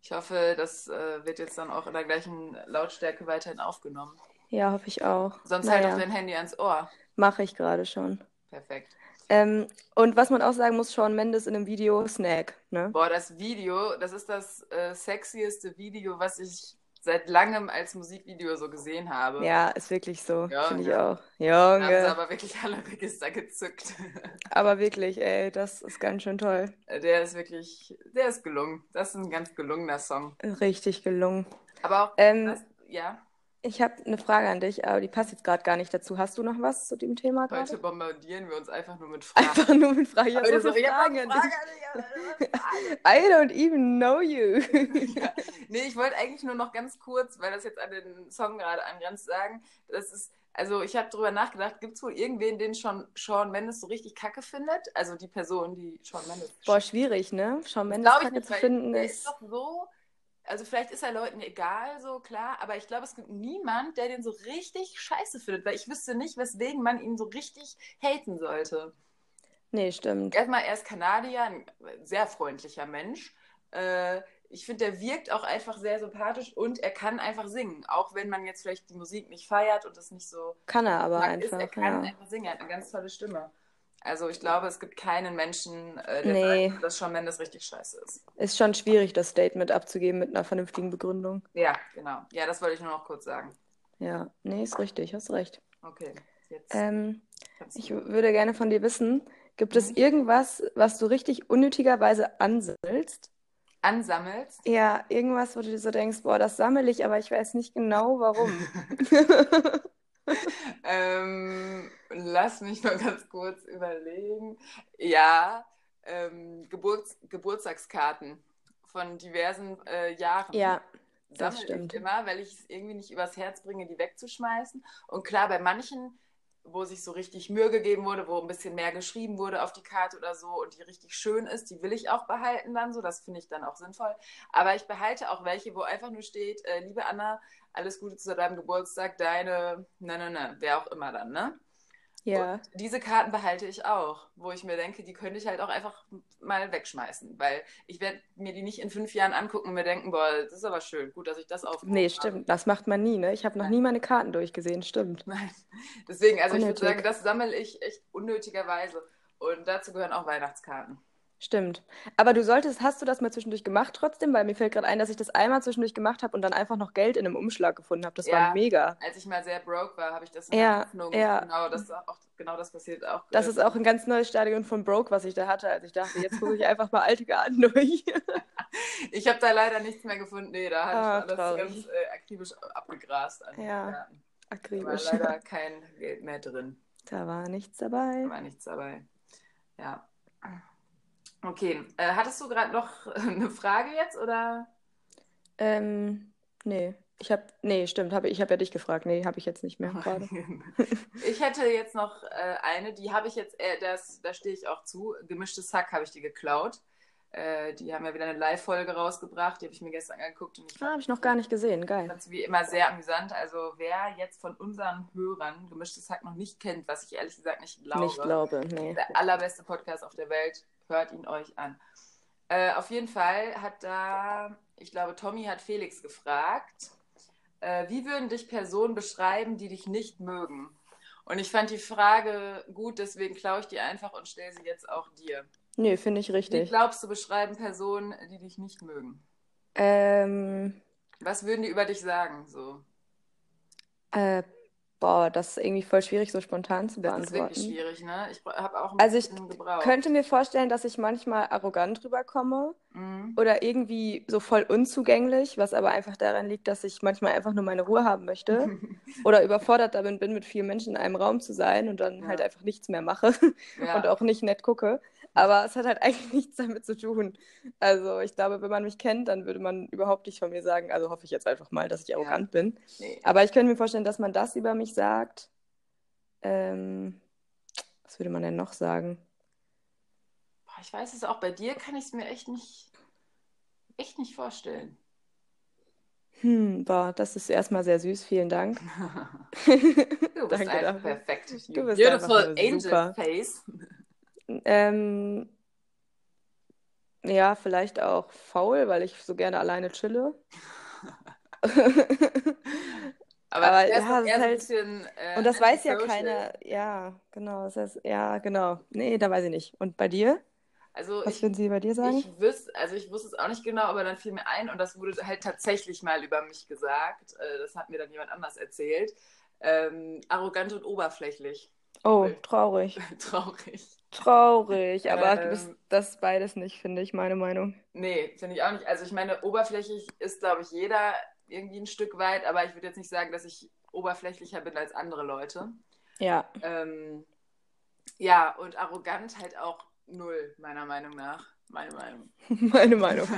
[SPEAKER 1] Ich hoffe, das äh, wird jetzt dann auch in der gleichen Lautstärke weiterhin aufgenommen.
[SPEAKER 2] Ja, hoffe ich auch.
[SPEAKER 1] Sonst halt
[SPEAKER 2] naja,
[SPEAKER 1] doch dein Handy ans Ohr.
[SPEAKER 2] mache ich gerade schon.
[SPEAKER 1] Perfekt.
[SPEAKER 2] Ähm, und was man auch sagen muss, Shawn Mendes in dem Video Snack, ne?
[SPEAKER 1] Boah, das Video, das ist das äh, sexieste Video, was ich seit langem als Musikvideo so gesehen habe.
[SPEAKER 2] Ja, ist wirklich so,
[SPEAKER 1] Ja,
[SPEAKER 2] finde ich
[SPEAKER 1] ja.
[SPEAKER 2] auch.
[SPEAKER 1] Da haben sie
[SPEAKER 2] Junge,
[SPEAKER 1] aber wirklich alle Register gezückt.
[SPEAKER 2] aber wirklich, ey, das ist ganz schön toll.
[SPEAKER 1] der ist wirklich, der ist gelungen. Das ist ein ganz gelungener Song.
[SPEAKER 2] Richtig gelungen.
[SPEAKER 1] Aber auch,
[SPEAKER 2] Ähm,
[SPEAKER 1] das, ja,
[SPEAKER 2] ich habe eine Frage an dich, aber die passt jetzt gerade gar nicht dazu. Hast du noch was zu dem Thema
[SPEAKER 1] heute
[SPEAKER 2] gerade?
[SPEAKER 1] bombardieren wir uns einfach nur mit Fragen.
[SPEAKER 2] Einfach nur mit Frage. Ich hab
[SPEAKER 1] Heute
[SPEAKER 2] so
[SPEAKER 1] so,
[SPEAKER 2] viele
[SPEAKER 1] ich hab
[SPEAKER 2] Fragen
[SPEAKER 1] eine
[SPEAKER 2] an
[SPEAKER 1] Frage
[SPEAKER 2] dich.
[SPEAKER 1] an dich, ich hab eine Frage.
[SPEAKER 2] I don't even know you.
[SPEAKER 1] Ja. Nee, ich wollte eigentlich nur noch ganz kurz, weil das jetzt an den Song gerade angrenzt, sagen, das ist, also ich habe drüber nachgedacht, gibt es wohl irgendwen, den schon Sean Mendes so richtig kacke findet? Also die Person, die Sean Mendes.
[SPEAKER 2] Boah, schwierig, ne? Shawn Mendes
[SPEAKER 1] Glaube ich
[SPEAKER 2] Kacke
[SPEAKER 1] nicht,
[SPEAKER 2] zu
[SPEAKER 1] weil
[SPEAKER 2] finden
[SPEAKER 1] der
[SPEAKER 2] ist.
[SPEAKER 1] ist doch so, also vielleicht ist er Leuten egal, so klar, aber ich glaube, es gibt niemanden, der den so richtig scheiße findet, weil ich wüsste nicht, weswegen man ihn so richtig haten sollte.
[SPEAKER 2] Nee, stimmt.
[SPEAKER 1] Erstmal, er ist Kanadier, ein äh, sehr freundlicher Mensch. Äh, ich finde, der wirkt auch einfach sehr sympathisch und er kann einfach singen. Auch wenn man jetzt vielleicht die Musik nicht feiert und das nicht so
[SPEAKER 2] Kann er aber
[SPEAKER 1] mag ist, er
[SPEAKER 2] einfach,
[SPEAKER 1] kann
[SPEAKER 2] ja.
[SPEAKER 1] einfach singen. Er hat eine ganz tolle Stimme. Also ich glaube, es gibt keinen Menschen, äh, der
[SPEAKER 2] Nee.
[SPEAKER 1] sagt, dass Shawn Mendes richtig scheiße ist.
[SPEAKER 2] Ist schon schwierig, das Statement abzugeben mit einer vernünftigen Begründung.
[SPEAKER 1] Ja, genau. Ja, das wollte ich nur noch kurz sagen.
[SPEAKER 2] Ja, nee, ist richtig, hast recht.
[SPEAKER 1] Okay, jetzt
[SPEAKER 2] Ähm,
[SPEAKER 1] kannst
[SPEAKER 2] ich
[SPEAKER 1] du.
[SPEAKER 2] w- würde gerne von dir wissen, gibt es
[SPEAKER 1] Mhm.
[SPEAKER 2] irgendwas, was du richtig unnötigerweise ansammelst?
[SPEAKER 1] Ansammelst.
[SPEAKER 2] Ja, irgendwas, wo du dir so denkst, boah, das sammle ich, aber ich weiß nicht genau warum.
[SPEAKER 1] Ähm, lass mich mal ganz kurz überlegen. Ja, ähm, Geburts Geburtstagskarten von diversen äh, Jahren
[SPEAKER 2] Ja, das
[SPEAKER 1] sammle
[SPEAKER 2] stimmt.
[SPEAKER 1] ich immer, weil ich es irgendwie nicht übers Herz bringe, die wegzuschmeißen. Und klar, bei manchen, wo sich so richtig Mühe gegeben wurde, wo ein bisschen mehr geschrieben wurde auf die Karte oder so und die richtig schön ist, die will ich auch behalten dann so. Das finde ich dann auch sinnvoll. Aber ich behalte auch welche, wo einfach nur steht, äh, liebe Anna, alles Gute zu deinem Geburtstag, deine, ne, ne, ne, wer auch immer dann, ne?
[SPEAKER 2] ja,
[SPEAKER 1] Diese Karten behalte ich auch, wo ich mir denke, die könnte ich halt auch einfach mal wegschmeißen, weil ich werde mir die nicht in fünf Jahren angucken und mir denken, boah, das ist aber schön, gut, dass ich das aufgehoben
[SPEAKER 2] nee,
[SPEAKER 1] habe.
[SPEAKER 2] stimmt, das macht man nie, ne? Ich habe noch
[SPEAKER 1] Nein.
[SPEAKER 2] nie meine Karten durchgesehen, stimmt.
[SPEAKER 1] Nein. Deswegen, also ich
[SPEAKER 2] Unnötig.
[SPEAKER 1] würde sagen, das sammle ich echt unnötigerweise. Und dazu gehören auch Weihnachtskarten.
[SPEAKER 2] Stimmt. Aber du solltest, hast du das mal zwischendurch gemacht trotzdem? Weil mir fällt gerade ein, dass ich das einmal zwischendurch gemacht habe und dann einfach noch Geld in einem Umschlag gefunden habe. Das
[SPEAKER 1] Ja.
[SPEAKER 2] war mega.
[SPEAKER 1] Als ich mal sehr broke war, habe ich das
[SPEAKER 2] Ja,
[SPEAKER 1] Hoffnung,
[SPEAKER 2] ja.
[SPEAKER 1] genau, das auch, genau das passiert auch.
[SPEAKER 2] Das
[SPEAKER 1] äh,
[SPEAKER 2] ist auch ein ganz neues Stadion von Broke, was ich da hatte. Also ich dachte, jetzt gucke ich einfach mal alte Garten durch.
[SPEAKER 1] Ich habe da leider nichts mehr gefunden. Nee, da hatte
[SPEAKER 2] Ah,
[SPEAKER 1] ich alles
[SPEAKER 2] traurig.
[SPEAKER 1] ganz äh, akribisch abgegrast. An den
[SPEAKER 2] Ja,
[SPEAKER 1] Garten. Da war
[SPEAKER 2] Akribisch.
[SPEAKER 1] leider kein Geld mehr drin.
[SPEAKER 2] Da war nichts
[SPEAKER 1] Da
[SPEAKER 2] dabei.
[SPEAKER 1] war nichts dabei. Ja. Okay, äh, hattest du gerade noch eine Frage jetzt oder?
[SPEAKER 2] Ähm, nee. Ich habe, nee, stimmt, hab, ich habe ja dich gefragt. Nee, habe ich jetzt nicht mehr
[SPEAKER 1] Oh.
[SPEAKER 2] gerade.
[SPEAKER 1] Ich hätte jetzt noch äh, eine, die habe ich jetzt, äh, das, da stehe ich auch zu. Gemischtes Hack habe ich die geklaut. Äh, die haben ja wieder eine Live-Folge rausgebracht, die habe ich mir gestern angeguckt und ich
[SPEAKER 2] Ah,
[SPEAKER 1] fand
[SPEAKER 2] habe ich noch gar nicht gesehen. Geil.
[SPEAKER 1] es wie immer sehr amüsant. Also wer jetzt von unseren Hörern Gemischtes Hack noch nicht kennt, was ich ehrlich gesagt nicht glaube,
[SPEAKER 2] Nicht glaube, nee.
[SPEAKER 1] der allerbeste Podcast auf der Welt, hört ihn euch an. Äh, auf jeden Fall hat da, ich glaube, Tommy hat Felix gefragt, äh, wie würden dich Personen beschreiben, die dich nicht mögen? Und ich fand die Frage gut, deswegen klaue ich die einfach und stelle sie jetzt auch dir.
[SPEAKER 2] Nee, finde ich
[SPEAKER 1] Wie
[SPEAKER 2] richtig.
[SPEAKER 1] glaubst du, beschreiben Personen, die dich nicht mögen?
[SPEAKER 2] Ähm,
[SPEAKER 1] Was würden die über dich sagen? So.
[SPEAKER 2] äh, Boah, das ist irgendwie voll schwierig, so spontan zu
[SPEAKER 1] Das ist wirklich
[SPEAKER 2] beantworten.
[SPEAKER 1] schwierig, ne? Ich habe auch ein
[SPEAKER 2] Also ich
[SPEAKER 1] bisschen gebraucht.
[SPEAKER 2] könnte mir vorstellen, dass ich manchmal arrogant rüberkomme
[SPEAKER 1] Mhm.
[SPEAKER 2] oder irgendwie so voll unzugänglich, was aber einfach daran liegt, dass ich manchmal einfach nur meine Ruhe haben
[SPEAKER 1] Mhm.
[SPEAKER 2] möchte oder überfordert damit bin, mit vielen Menschen in einem Raum zu sein und dann
[SPEAKER 1] Ja.
[SPEAKER 2] halt einfach nichts mehr mache
[SPEAKER 1] Ja.
[SPEAKER 2] und auch nicht nett gucke. Aber es hat halt eigentlich nichts damit zu tun. Also ich glaube, wenn man mich kennt, dann würde man überhaupt nicht von mir sagen, also hoffe ich jetzt einfach mal, dass ich
[SPEAKER 1] Ja.
[SPEAKER 2] arrogant bin.
[SPEAKER 1] Nee.
[SPEAKER 2] Aber ich könnte mir vorstellen, dass man das über mich sagt. Ähm, was würde man denn noch sagen?
[SPEAKER 1] Boah, ich weiß es auch, bei dir kann ich es mir echt nicht, echt nicht vorstellen.
[SPEAKER 2] Hm, boah, das ist erstmal sehr süß, vielen Dank.
[SPEAKER 1] du bist
[SPEAKER 2] Danke
[SPEAKER 1] einfach
[SPEAKER 2] dafür.
[SPEAKER 1] perfekt.
[SPEAKER 2] Du bist
[SPEAKER 1] Beautiful
[SPEAKER 2] einfach
[SPEAKER 1] Angel
[SPEAKER 2] super.
[SPEAKER 1] Face.
[SPEAKER 2] Ähm, ja, vielleicht auch faul, weil ich so gerne alleine chille.
[SPEAKER 1] Aber,
[SPEAKER 2] Aber
[SPEAKER 1] du wärst
[SPEAKER 2] ja,
[SPEAKER 1] doch eher so
[SPEAKER 2] das ist
[SPEAKER 1] ein
[SPEAKER 2] halt-
[SPEAKER 1] bisschen, äh,
[SPEAKER 2] Und das weiß ja
[SPEAKER 1] antisocial.
[SPEAKER 2] keiner. Ja, genau. Das heißt, ja, genau. Nee, da weiß ich nicht. Und bei dir?
[SPEAKER 1] Also
[SPEAKER 2] Was
[SPEAKER 1] ich,
[SPEAKER 2] würden Sie bei dir sagen?
[SPEAKER 1] ich wüsste, also ich wusste es auch nicht genau, aber dann fiel mir ein und das wurde halt tatsächlich mal über mich gesagt. Äh, Das hat mir dann jemand anders erzählt. Ähm, arrogant und oberflächlich.
[SPEAKER 2] Oh,
[SPEAKER 1] Null.
[SPEAKER 2] traurig.
[SPEAKER 1] Traurig.
[SPEAKER 2] Traurig. Aber
[SPEAKER 1] Ähm.
[SPEAKER 2] das, das ist beides nicht, finde ich, meine Meinung.
[SPEAKER 1] Nee, finde ich auch nicht. Also ich meine, oberflächlich ist, glaube ich, jeder irgendwie ein Stück weit, aber ich würde jetzt nicht sagen, dass ich oberflächlicher bin als andere Leute.
[SPEAKER 2] Ja.
[SPEAKER 1] Ähm, ja, und arrogant halt auch null, meiner Meinung nach. Meine Meinung.
[SPEAKER 2] Meine Meinung.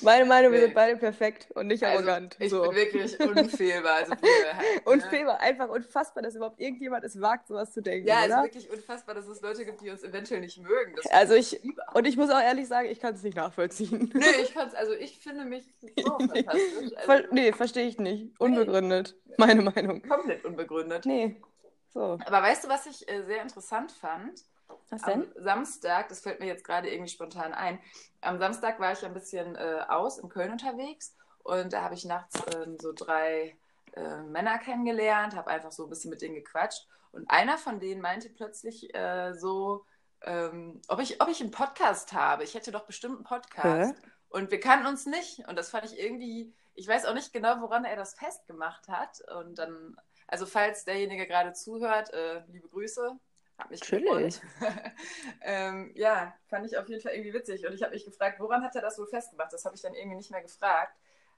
[SPEAKER 2] Meine Meinung, wir
[SPEAKER 1] Nee.
[SPEAKER 2] sind beide perfekt und nicht arrogant.
[SPEAKER 1] Also, ich
[SPEAKER 2] So.
[SPEAKER 1] bin wirklich unfehlbar. Also wir halt, ne?
[SPEAKER 2] Unfehlbar, einfach unfassbar, dass überhaupt irgendjemand es wagt, sowas zu denken,
[SPEAKER 1] Ja, es ist
[SPEAKER 2] oder?
[SPEAKER 1] wirklich unfassbar, dass es Leute gibt, die uns eventuell nicht mögen. Das
[SPEAKER 2] Also ich,
[SPEAKER 1] Lieber.
[SPEAKER 2] und ich muss auch ehrlich sagen, ich kann es nicht nachvollziehen.
[SPEAKER 1] Nö, ich kann's, also ich finde mich so fantastisch. Also,
[SPEAKER 2] Voll, nee, verstehe ich nicht. Unbegründet. Meine Meinung.
[SPEAKER 1] Komplett unbegründet.
[SPEAKER 2] Nee. So.
[SPEAKER 1] Aber weißt du, was ich äh, sehr interessant fand?
[SPEAKER 2] Was
[SPEAKER 1] Am Samstag, das fällt mir jetzt gerade irgendwie spontan ein, am Samstag war ich ein bisschen äh, aus in Köln unterwegs und da habe ich nachts ähm, so drei äh, Männer kennengelernt, habe einfach so ein bisschen mit denen gequatscht und einer von denen meinte plötzlich äh, so, ähm, ob, ich, ob ich einen Podcast habe. Ich hätte doch bestimmt einen Podcast. Und wir kannten uns nicht und das fand ich irgendwie, ich weiß auch nicht genau, woran er das festgemacht hat und dann, also falls derjenige gerade zuhört, äh, liebe Grüße. Hat mich
[SPEAKER 2] Chillig.
[SPEAKER 1] gefreut. ähm, ja, fand ich auf jeden Fall irgendwie witzig. Und ich habe mich gefragt, woran hat er das wohl festgemacht? Das habe ich dann irgendwie nicht mehr gefragt.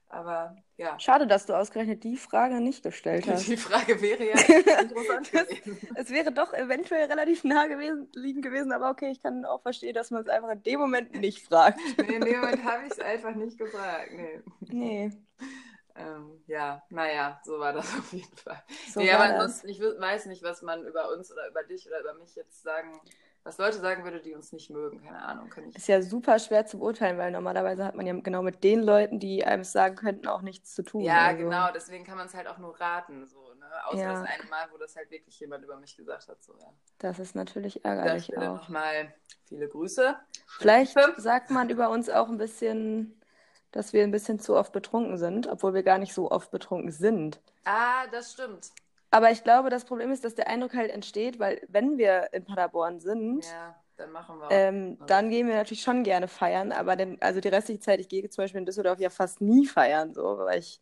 [SPEAKER 1] Aber ja,
[SPEAKER 2] Schade, dass du ausgerechnet die Frage nicht gestellt hast.
[SPEAKER 1] die Frage wäre ja interessant
[SPEAKER 2] Das-
[SPEAKER 1] gewesen.
[SPEAKER 2] Es wäre doch eventuell relativ nah gewesen, liegend gewesen, aber okay, ich kann auch verstehen, dass man es einfach in dem Moment nicht fragt.
[SPEAKER 1] Nee, in dem Moment habe ich es einfach nicht gefragt. Nee.
[SPEAKER 2] Nee,
[SPEAKER 1] Ähm, ja, naja, so war das auf jeden Fall.
[SPEAKER 2] so
[SPEAKER 1] nee,
[SPEAKER 2] war
[SPEAKER 1] aber
[SPEAKER 2] das.
[SPEAKER 1] ansonsten, ich wü- weiß nicht, was man über uns oder über dich oder über mich jetzt sagen, was Leute sagen würde, die uns nicht mögen. Keine Ahnung, kann ich.
[SPEAKER 2] Ist ja super schwer zu beurteilen, weil normalerweise hat man ja genau mit den Leuten, die einem es sagen könnten, auch nichts zu tun.
[SPEAKER 1] Ja,
[SPEAKER 2] also.
[SPEAKER 1] genau, deswegen kann man es halt auch nur raten, so, ne? Außer
[SPEAKER 2] Ja.
[SPEAKER 1] das eine Mal, wo das halt wirklich jemand über mich gesagt hat, so, ja.
[SPEAKER 2] Das ist natürlich
[SPEAKER 1] An der
[SPEAKER 2] ärgerlich
[SPEAKER 1] Stelle
[SPEAKER 2] auch.
[SPEAKER 1] nochmal viele Grüße.
[SPEAKER 2] Vielleicht
[SPEAKER 1] Fünf.
[SPEAKER 2] sagt man über uns auch ein bisschen, dass wir ein bisschen zu oft betrunken sind, obwohl wir gar nicht so oft betrunken sind.
[SPEAKER 1] Ah, das stimmt.
[SPEAKER 2] Aber ich glaube, das Problem ist, dass der Eindruck halt entsteht, weil wenn wir in Paderborn sind,
[SPEAKER 1] Ja, dann machen wir auch.
[SPEAKER 2] ähm, dann gehen wir natürlich schon gerne feiern. Aber denn, also die restliche Zeit, ich gehe zum Beispiel in Düsseldorf ja fast nie feiern, so, weil ich,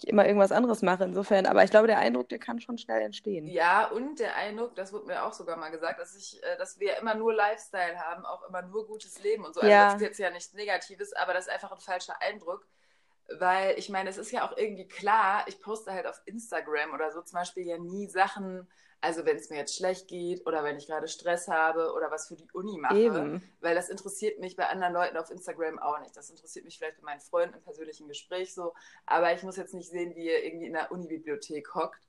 [SPEAKER 2] ich immer irgendwas anderes mache insofern. Aber ich glaube, der Eindruck, der kann schon schnell entstehen.
[SPEAKER 1] Ja, und der Eindruck, das wurde mir auch sogar mal gesagt, dass ich, äh, dass wir immer nur Lifestyle haben, auch immer nur gutes Leben und so. Also
[SPEAKER 2] Ja.
[SPEAKER 1] das ist jetzt ja nichts Negatives, aber das ist einfach ein falscher Eindruck. Weil ich meine, es ist ja auch irgendwie klar, ich poste halt auf Instagram oder so zum Beispiel ja nie Sachen, also wenn es mir jetzt schlecht geht oder wenn ich gerade Stress habe oder was für die Uni mache.
[SPEAKER 2] Eben.
[SPEAKER 1] weil das interessiert mich bei anderen Leuten auf Instagram auch nicht. Das interessiert mich vielleicht bei meinen Freunden im persönlichen Gespräch so, aber ich muss jetzt nicht sehen, wie ihr irgendwie in der Unibibliothek hockt.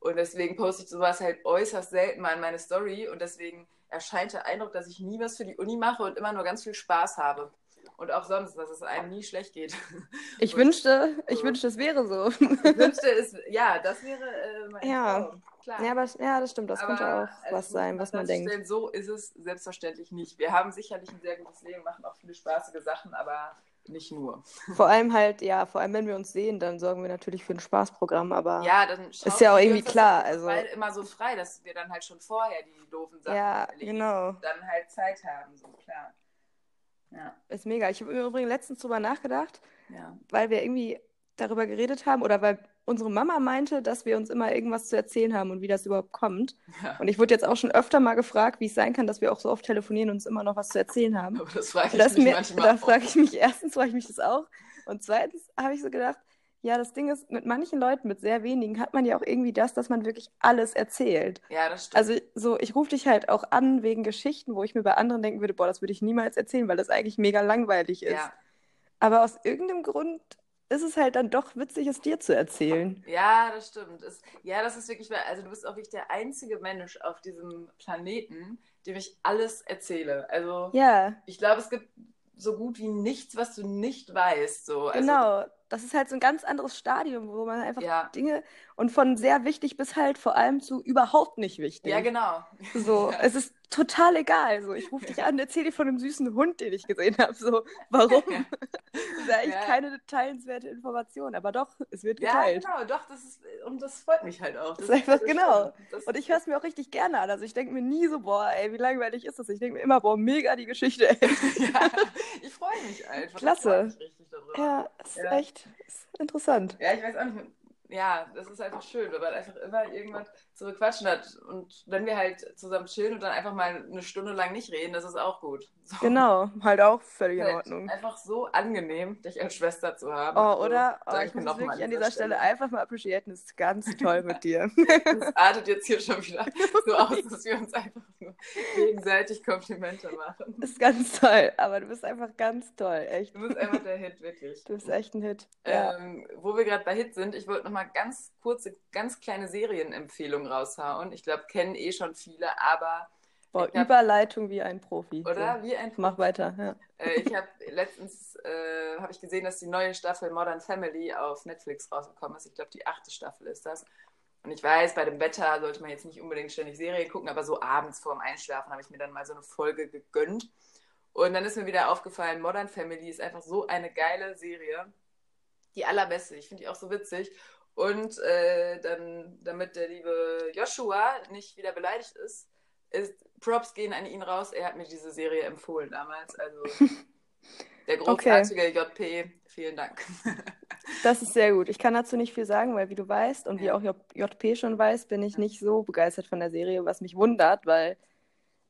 [SPEAKER 1] Und deswegen poste ich sowas halt äußerst selten mal in meine Story und deswegen erscheint der Eindruck, dass ich nie was für die Uni mache und immer nur ganz viel Spaß habe. Und auch sonst, dass es einem nie schlecht geht.
[SPEAKER 2] Ich
[SPEAKER 1] Und-
[SPEAKER 2] wünschte, ich
[SPEAKER 1] Ja.
[SPEAKER 2] wünschte, es wäre so.
[SPEAKER 1] Ich wünschte es, ja, das wäre äh, mein
[SPEAKER 2] Ja.
[SPEAKER 1] Traum. Klar.
[SPEAKER 2] Ja, aber, ja, das stimmt. Das könnte
[SPEAKER 1] Aber,
[SPEAKER 2] auch
[SPEAKER 1] also,
[SPEAKER 2] was sein, was man denkt.
[SPEAKER 1] feststellen, So ist es selbstverständlich nicht. Wir haben sicherlich ein sehr gutes Leben, machen auch viele spaßige Sachen, aber nicht nur.
[SPEAKER 2] Vor allem halt, ja, vor allem wenn wir uns sehen, dann sorgen wir natürlich für ein Spaßprogramm, aber
[SPEAKER 1] Ja, dann
[SPEAKER 2] Ah. ist ja auch
[SPEAKER 1] schaukeln wir
[SPEAKER 2] irgendwie
[SPEAKER 1] uns das
[SPEAKER 2] klar.
[SPEAKER 1] doch
[SPEAKER 2] Also,
[SPEAKER 1] beide immer so frei, dass wir dann halt schon vorher die doofen Sachen
[SPEAKER 2] ja,
[SPEAKER 1] erledigen
[SPEAKER 2] genau.
[SPEAKER 1] und dann halt Zeit haben, so klar. Ja,
[SPEAKER 2] Ist mega. Ich habe übrigens letztens drüber nachgedacht,
[SPEAKER 1] ja.
[SPEAKER 2] weil wir irgendwie darüber geredet haben oder weil unsere Mama meinte, dass wir uns immer irgendwas zu erzählen haben und wie das überhaupt kommt.
[SPEAKER 1] Ja.
[SPEAKER 2] Und ich wurde jetzt auch schon öfter mal gefragt, wie es sein kann, dass wir auch so oft telefonieren und uns immer noch was zu erzählen haben.
[SPEAKER 1] Aber das frage ich
[SPEAKER 2] Das
[SPEAKER 1] mich
[SPEAKER 2] mir,
[SPEAKER 1] manchmal
[SPEAKER 2] da
[SPEAKER 1] auch.
[SPEAKER 2] frage ich mich, erstens frage ich mich das auch. Und zweitens habe ich so gedacht, ja, das Ding ist, mit manchen Leuten, mit sehr wenigen, hat man ja auch irgendwie das, dass man wirklich alles erzählt.
[SPEAKER 1] Ja, das stimmt.
[SPEAKER 2] Also so, ich rufe dich halt auch an wegen Geschichten, wo ich mir bei anderen denken würde, boah, das würde ich niemals erzählen, weil das eigentlich mega langweilig ist.
[SPEAKER 1] ja.
[SPEAKER 2] Aber aus irgendeinem Grund ist es halt dann doch witzig, es dir zu erzählen.
[SPEAKER 1] ja, das stimmt. Es, ja, das ist wirklich wahr. Also du bist auch wirklich der einzige Mensch auf diesem Planeten, dem ich alles erzähle. Also
[SPEAKER 2] Ja,
[SPEAKER 1] ich glaube, es gibt so gut wie nichts, was du nicht weißt. So. Also,
[SPEAKER 2] genau. Das ist halt so ein ganz anderes Stadium, wo man einfach
[SPEAKER 1] Ja.
[SPEAKER 2] Dinge und von sehr wichtig bis halt vor allem zu überhaupt nicht wichtig.
[SPEAKER 1] Ja, genau.
[SPEAKER 2] So,
[SPEAKER 1] Ja.
[SPEAKER 2] es ist total egal. So, ich rufe dich an, erzähl dir von dem süßen Hund, den ich gesehen habe. So, warum?
[SPEAKER 1] Ja.
[SPEAKER 2] Das ist eigentlich
[SPEAKER 1] Ja.
[SPEAKER 2] keine teilenswerte Information, aber doch, es wird
[SPEAKER 1] Ja,
[SPEAKER 2] geteilt.
[SPEAKER 1] genau, doch, das ist, und das freut mich halt auch.
[SPEAKER 2] Das ist einfach- genau.
[SPEAKER 1] stimmt. Das,
[SPEAKER 2] Und ich höre es mir auch richtig gerne an. Also ich denke mir nie so, boah, ey, wie langweilig ist das? Ich denke mir immer, boah, mega die Geschichte, ey.
[SPEAKER 1] ja, ich freue mich einfach.
[SPEAKER 2] Klasse.
[SPEAKER 1] Ich freue mich richtig darüber.
[SPEAKER 2] Ja, es ist
[SPEAKER 1] Ja.
[SPEAKER 2] echt ist interessant.
[SPEAKER 1] Ja, ich weiß auch nicht. Ja, das ist einfach schön, weil man einfach immer irgendwas zu bequatschen hat. Und wenn wir halt zusammen chillen und dann einfach mal eine Stunde lang nicht reden, das ist auch gut. So.
[SPEAKER 2] Genau, halt auch völlig in
[SPEAKER 1] Halt
[SPEAKER 2] Ordnung.
[SPEAKER 1] Einfach so angenehm, dich als Schwester zu haben.
[SPEAKER 2] Oh, oder?
[SPEAKER 1] So,
[SPEAKER 2] Oh,
[SPEAKER 1] sag
[SPEAKER 2] ich muss
[SPEAKER 1] mir
[SPEAKER 2] es
[SPEAKER 1] nochmal
[SPEAKER 2] wirklich an dieser Stelle einfach mal appreciaten. Das ist ganz toll mit dir.
[SPEAKER 1] Das artet jetzt hier schon wieder so aus, dass wir uns einfach nur gegenseitig Komplimente machen.
[SPEAKER 2] Das ist ganz toll. Aber du bist einfach ganz toll, echt.
[SPEAKER 1] Du bist einfach der Hit, wirklich.
[SPEAKER 2] Du bist echt ein Hit. Ja.
[SPEAKER 1] Ähm, wo wir gerade bei Hit sind, ich wollte noch mal ganz kurze, ganz kleine Serienempfehlungen raushauen. Ich glaube, kennen eh schon viele, aber
[SPEAKER 2] Boah,
[SPEAKER 1] ich hab-
[SPEAKER 2] Überleitung wie ein Profi.
[SPEAKER 1] oder
[SPEAKER 2] So.
[SPEAKER 1] wie ein
[SPEAKER 2] Mach weiter. Ja.
[SPEAKER 1] Äh, ich habe letztens äh, hab ich gesehen, dass die neue Staffel Modern Family auf Netflix rausgekommen ist. Ich glaube, die achte Staffel ist das. Und ich weiß, bei dem Wetter sollte man jetzt nicht unbedingt ständig Serien gucken, aber so abends vorm Einschlafen habe ich mir dann mal so eine Folge gegönnt. Und dann ist mir wieder aufgefallen, Modern Family ist einfach so eine geile Serie. Die allerbeste. Ich finde die auch so witzig. Und äh, dann, damit der liebe Joshua nicht wieder beleidigt ist, ist Props gehen an ihn raus. Er hat mir diese Serie empfohlen damals. Also der großartige JP, vielen Dank.
[SPEAKER 2] Das ist sehr gut. Ich kann dazu nicht viel sagen, weil wie du weißt und wie
[SPEAKER 1] Ja.
[SPEAKER 2] auch J JP schon weiß, bin ich
[SPEAKER 1] Ja.
[SPEAKER 2] nicht so begeistert von der Serie, was mich wundert, weil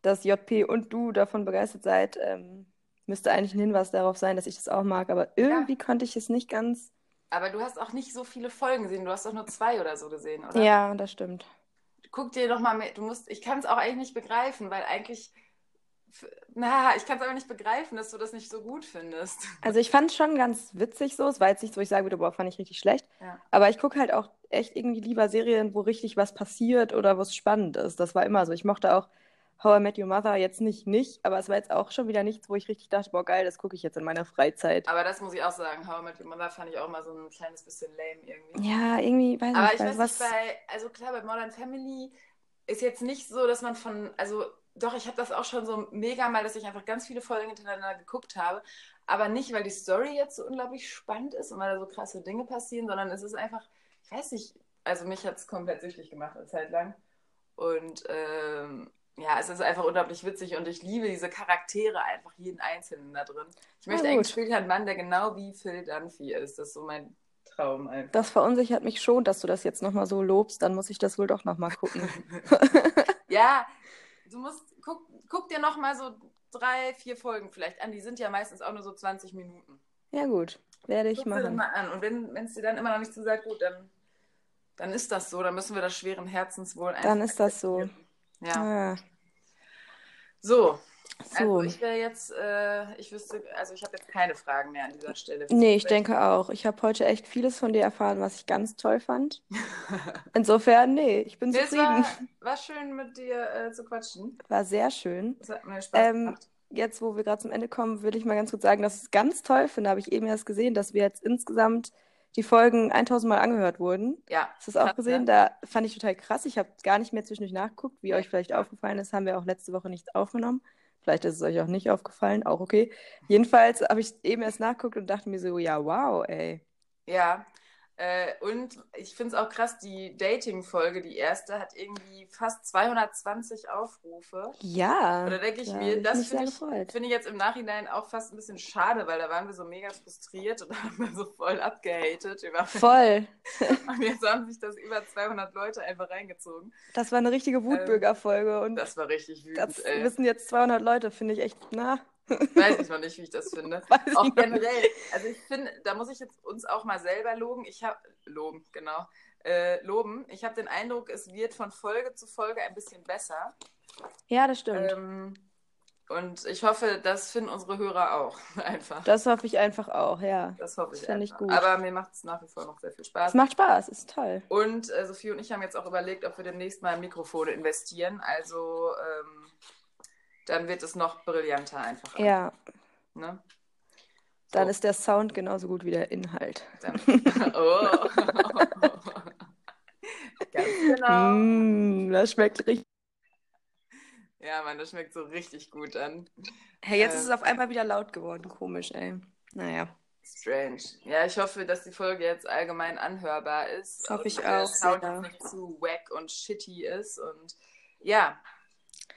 [SPEAKER 2] dass JP und du davon begeistert seid, ähm, müsste eigentlich ein Hinweis darauf sein, dass ich das auch mag. Aber irgendwie konnte ich es nicht ganz.
[SPEAKER 1] Aber du hast auch nicht so viele Folgen gesehen. Du hast doch nur zwei oder so gesehen, oder?
[SPEAKER 2] Ja, das stimmt.
[SPEAKER 1] Guck dir doch mal mehr. Du musst, ich kann es auch eigentlich nicht begreifen, weil eigentlich. f- Na, ich kann es aber nicht begreifen, dass du das nicht so gut findest.
[SPEAKER 2] Also ich fand es schon ganz witzig so. Es war jetzt nichts, wo ich sagen würde, boah, fand ich richtig schlecht.
[SPEAKER 1] Ja.
[SPEAKER 2] Aber ich gucke halt auch echt irgendwie lieber Serien, wo richtig was passiert oder wo es spannend ist. Das war immer so. Ich mochte auch How I Met Your Mother jetzt nicht, nicht, aber es war jetzt auch schon wieder nichts, wo ich richtig dachte, boah, geil, das gucke ich jetzt in meiner Freizeit.
[SPEAKER 1] Aber das muss ich auch sagen. How I Met Your Mother fand ich auch mal so ein kleines bisschen lame irgendwie.
[SPEAKER 2] Ja, irgendwie, weiß
[SPEAKER 1] Aber
[SPEAKER 2] nicht,
[SPEAKER 1] ich
[SPEAKER 2] bei
[SPEAKER 1] weiß
[SPEAKER 2] was.
[SPEAKER 1] nicht, bei, also klar, bei Modern Family ist jetzt nicht so, dass man von, also doch, ich habe das auch schon so mega mal, dass ich einfach ganz viele Folgen hintereinander geguckt habe, aber nicht, weil die Story jetzt so unglaublich spannend ist und weil da so krasse Dinge passieren, sondern es ist einfach, ich weiß nicht, also mich hat es komplett süchtig gemacht eine Zeit lang und ähm, ja, es ist einfach unglaublich witzig und ich liebe diese Charaktere einfach, jeden Einzelnen da drin. Ich
[SPEAKER 2] Na
[SPEAKER 1] möchte
[SPEAKER 2] gut.
[SPEAKER 1] eigentlich später einen Mann, der genau wie Phil Dunphy ist. Das ist so mein Traum einfach.
[SPEAKER 2] Das verunsichert mich schon, dass du das jetzt nochmal so lobst. Dann muss ich das wohl doch nochmal gucken.
[SPEAKER 1] Ja, du musst, guck, guck dir noch mal so drei, vier Folgen vielleicht an. Die sind ja meistens auch nur so 20 Minuten.
[SPEAKER 2] Ja, gut, werde ich
[SPEAKER 1] Guck dir das
[SPEAKER 2] machen.
[SPEAKER 1] mal an. Und wenn es dir dann immer noch nicht zusagt, gut, dann, dann ist das so. Dann müssen wir das schweren Herzens wohl einfach
[SPEAKER 2] Dann ist das so.
[SPEAKER 1] akzeptieren. Ja.
[SPEAKER 2] Ah,
[SPEAKER 1] So, also
[SPEAKER 2] so.
[SPEAKER 1] ich wäre jetzt, äh, ich wüsste, also ich habe jetzt keine Fragen mehr an dieser Stelle.
[SPEAKER 2] Nee, ich denke auch. Ich habe heute echt vieles von dir erfahren, was ich ganz toll fand. Insofern, nee, ich bin
[SPEAKER 1] Es
[SPEAKER 2] zufrieden.
[SPEAKER 1] war, war schön, mit dir äh, zu quatschen.
[SPEAKER 2] War sehr schön.
[SPEAKER 1] Es hat mir Spaß
[SPEAKER 2] Ähm,
[SPEAKER 1] gemacht.
[SPEAKER 2] Jetzt, wo wir gerade zum Ende kommen, will ich mal ganz kurz sagen, dass ich es ganz toll finde. Habe ich eben erst gesehen, dass wir jetzt insgesamt die Folgen 1000 Mal angehört wurden.
[SPEAKER 1] Ja,
[SPEAKER 2] Hast du das auch
[SPEAKER 1] Krass,
[SPEAKER 2] gesehen?
[SPEAKER 1] ne?
[SPEAKER 2] Da fand ich total krass. Ich habe gar nicht mehr zwischendurch nachgeguckt. Wie euch vielleicht aufgefallen ist, haben wir auch letzte Woche nichts aufgenommen. Vielleicht ist es euch auch nicht aufgefallen, auch okay. Jedenfalls habe ich eben erst nachgeguckt und dachte mir so, ja, wow, ey.
[SPEAKER 1] ja. Äh, und ich finde es auch krass, die Dating-Folge, die erste, hat irgendwie fast 220 Aufrufe.
[SPEAKER 2] Ja.
[SPEAKER 1] Und da denke ich
[SPEAKER 2] da hab
[SPEAKER 1] mir, das
[SPEAKER 2] mich sehr
[SPEAKER 1] finde ich,
[SPEAKER 2] gefreut.
[SPEAKER 1] find ich jetzt im Nachhinein auch fast ein bisschen schade, weil da waren wir so mega frustriert und haben dann so voll abgehatet. Über
[SPEAKER 2] Voll.
[SPEAKER 1] Und jetzt haben sich das über 200 Leute einfach reingezogen.
[SPEAKER 2] Das war eine richtige Wutbürgerfolge und Ähm, das,
[SPEAKER 1] Das
[SPEAKER 2] äh,
[SPEAKER 1] war richtig wütend, ey.
[SPEAKER 2] wissen jetzt 200 Leute, finde ich echt, na,
[SPEAKER 1] Weiß ich noch nicht, wie ich das finde.
[SPEAKER 2] weiß ich
[SPEAKER 1] auch
[SPEAKER 2] noch nicht.
[SPEAKER 1] generell. Also ich finde, da muss ich jetzt uns auch mal selber loben. Ich habe loben, genau. Äh, loben. Ich habe den Eindruck, es wird von Folge zu Folge ein bisschen besser.
[SPEAKER 2] Ja, das stimmt.
[SPEAKER 1] Ähm, und ich hoffe, das finden unsere Hörer auch einfach.
[SPEAKER 2] das hoffe ich einfach auch, ja.
[SPEAKER 1] Das hoffe ich
[SPEAKER 2] das finde ich
[SPEAKER 1] einfach.
[SPEAKER 2] gut.
[SPEAKER 1] Aber mir macht es nach wie vor noch sehr viel
[SPEAKER 2] Es
[SPEAKER 1] Spaß.
[SPEAKER 2] macht Spaß, ist toll.
[SPEAKER 1] Und äh, Sophie und ich haben jetzt auch überlegt, ob wir demnächst mal in Mikrofone investieren. Also ähm, dann wird es noch brillanter einfach.
[SPEAKER 2] Ja,
[SPEAKER 1] Ne?
[SPEAKER 2] dann
[SPEAKER 1] So.
[SPEAKER 2] ist der Sound genauso gut wie der Inhalt.
[SPEAKER 1] Dann. Oh. Ganz genau.
[SPEAKER 2] Mm, das schmeckt richtig.
[SPEAKER 1] Ja, Mann, das schmeckt so richtig gut an.
[SPEAKER 2] Hey, jetzt ist
[SPEAKER 1] Ähm.
[SPEAKER 2] es auf einmal wieder laut geworden, komisch, ey. Naja,
[SPEAKER 1] Strange. Ja, ich hoffe, dass die Folge jetzt allgemein anhörbar ist.
[SPEAKER 2] Das hoffe ich
[SPEAKER 1] und der
[SPEAKER 2] auch
[SPEAKER 1] Sound
[SPEAKER 2] sehr.
[SPEAKER 1] jetzt nicht zu wack und shitty ist. Und ja,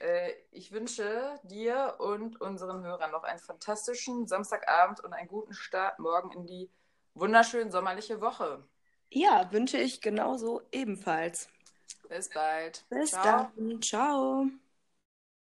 [SPEAKER 1] äh, ich wünsche dir und unseren Hörern noch einen fantastischen Samstagabend und einen guten Start morgen in die wunderschön sommerliche Woche.
[SPEAKER 2] ja, wünsche ich genauso ebenfalls.
[SPEAKER 1] Bis bald.
[SPEAKER 2] Bis
[SPEAKER 1] Ciao.
[SPEAKER 2] dann, ciao.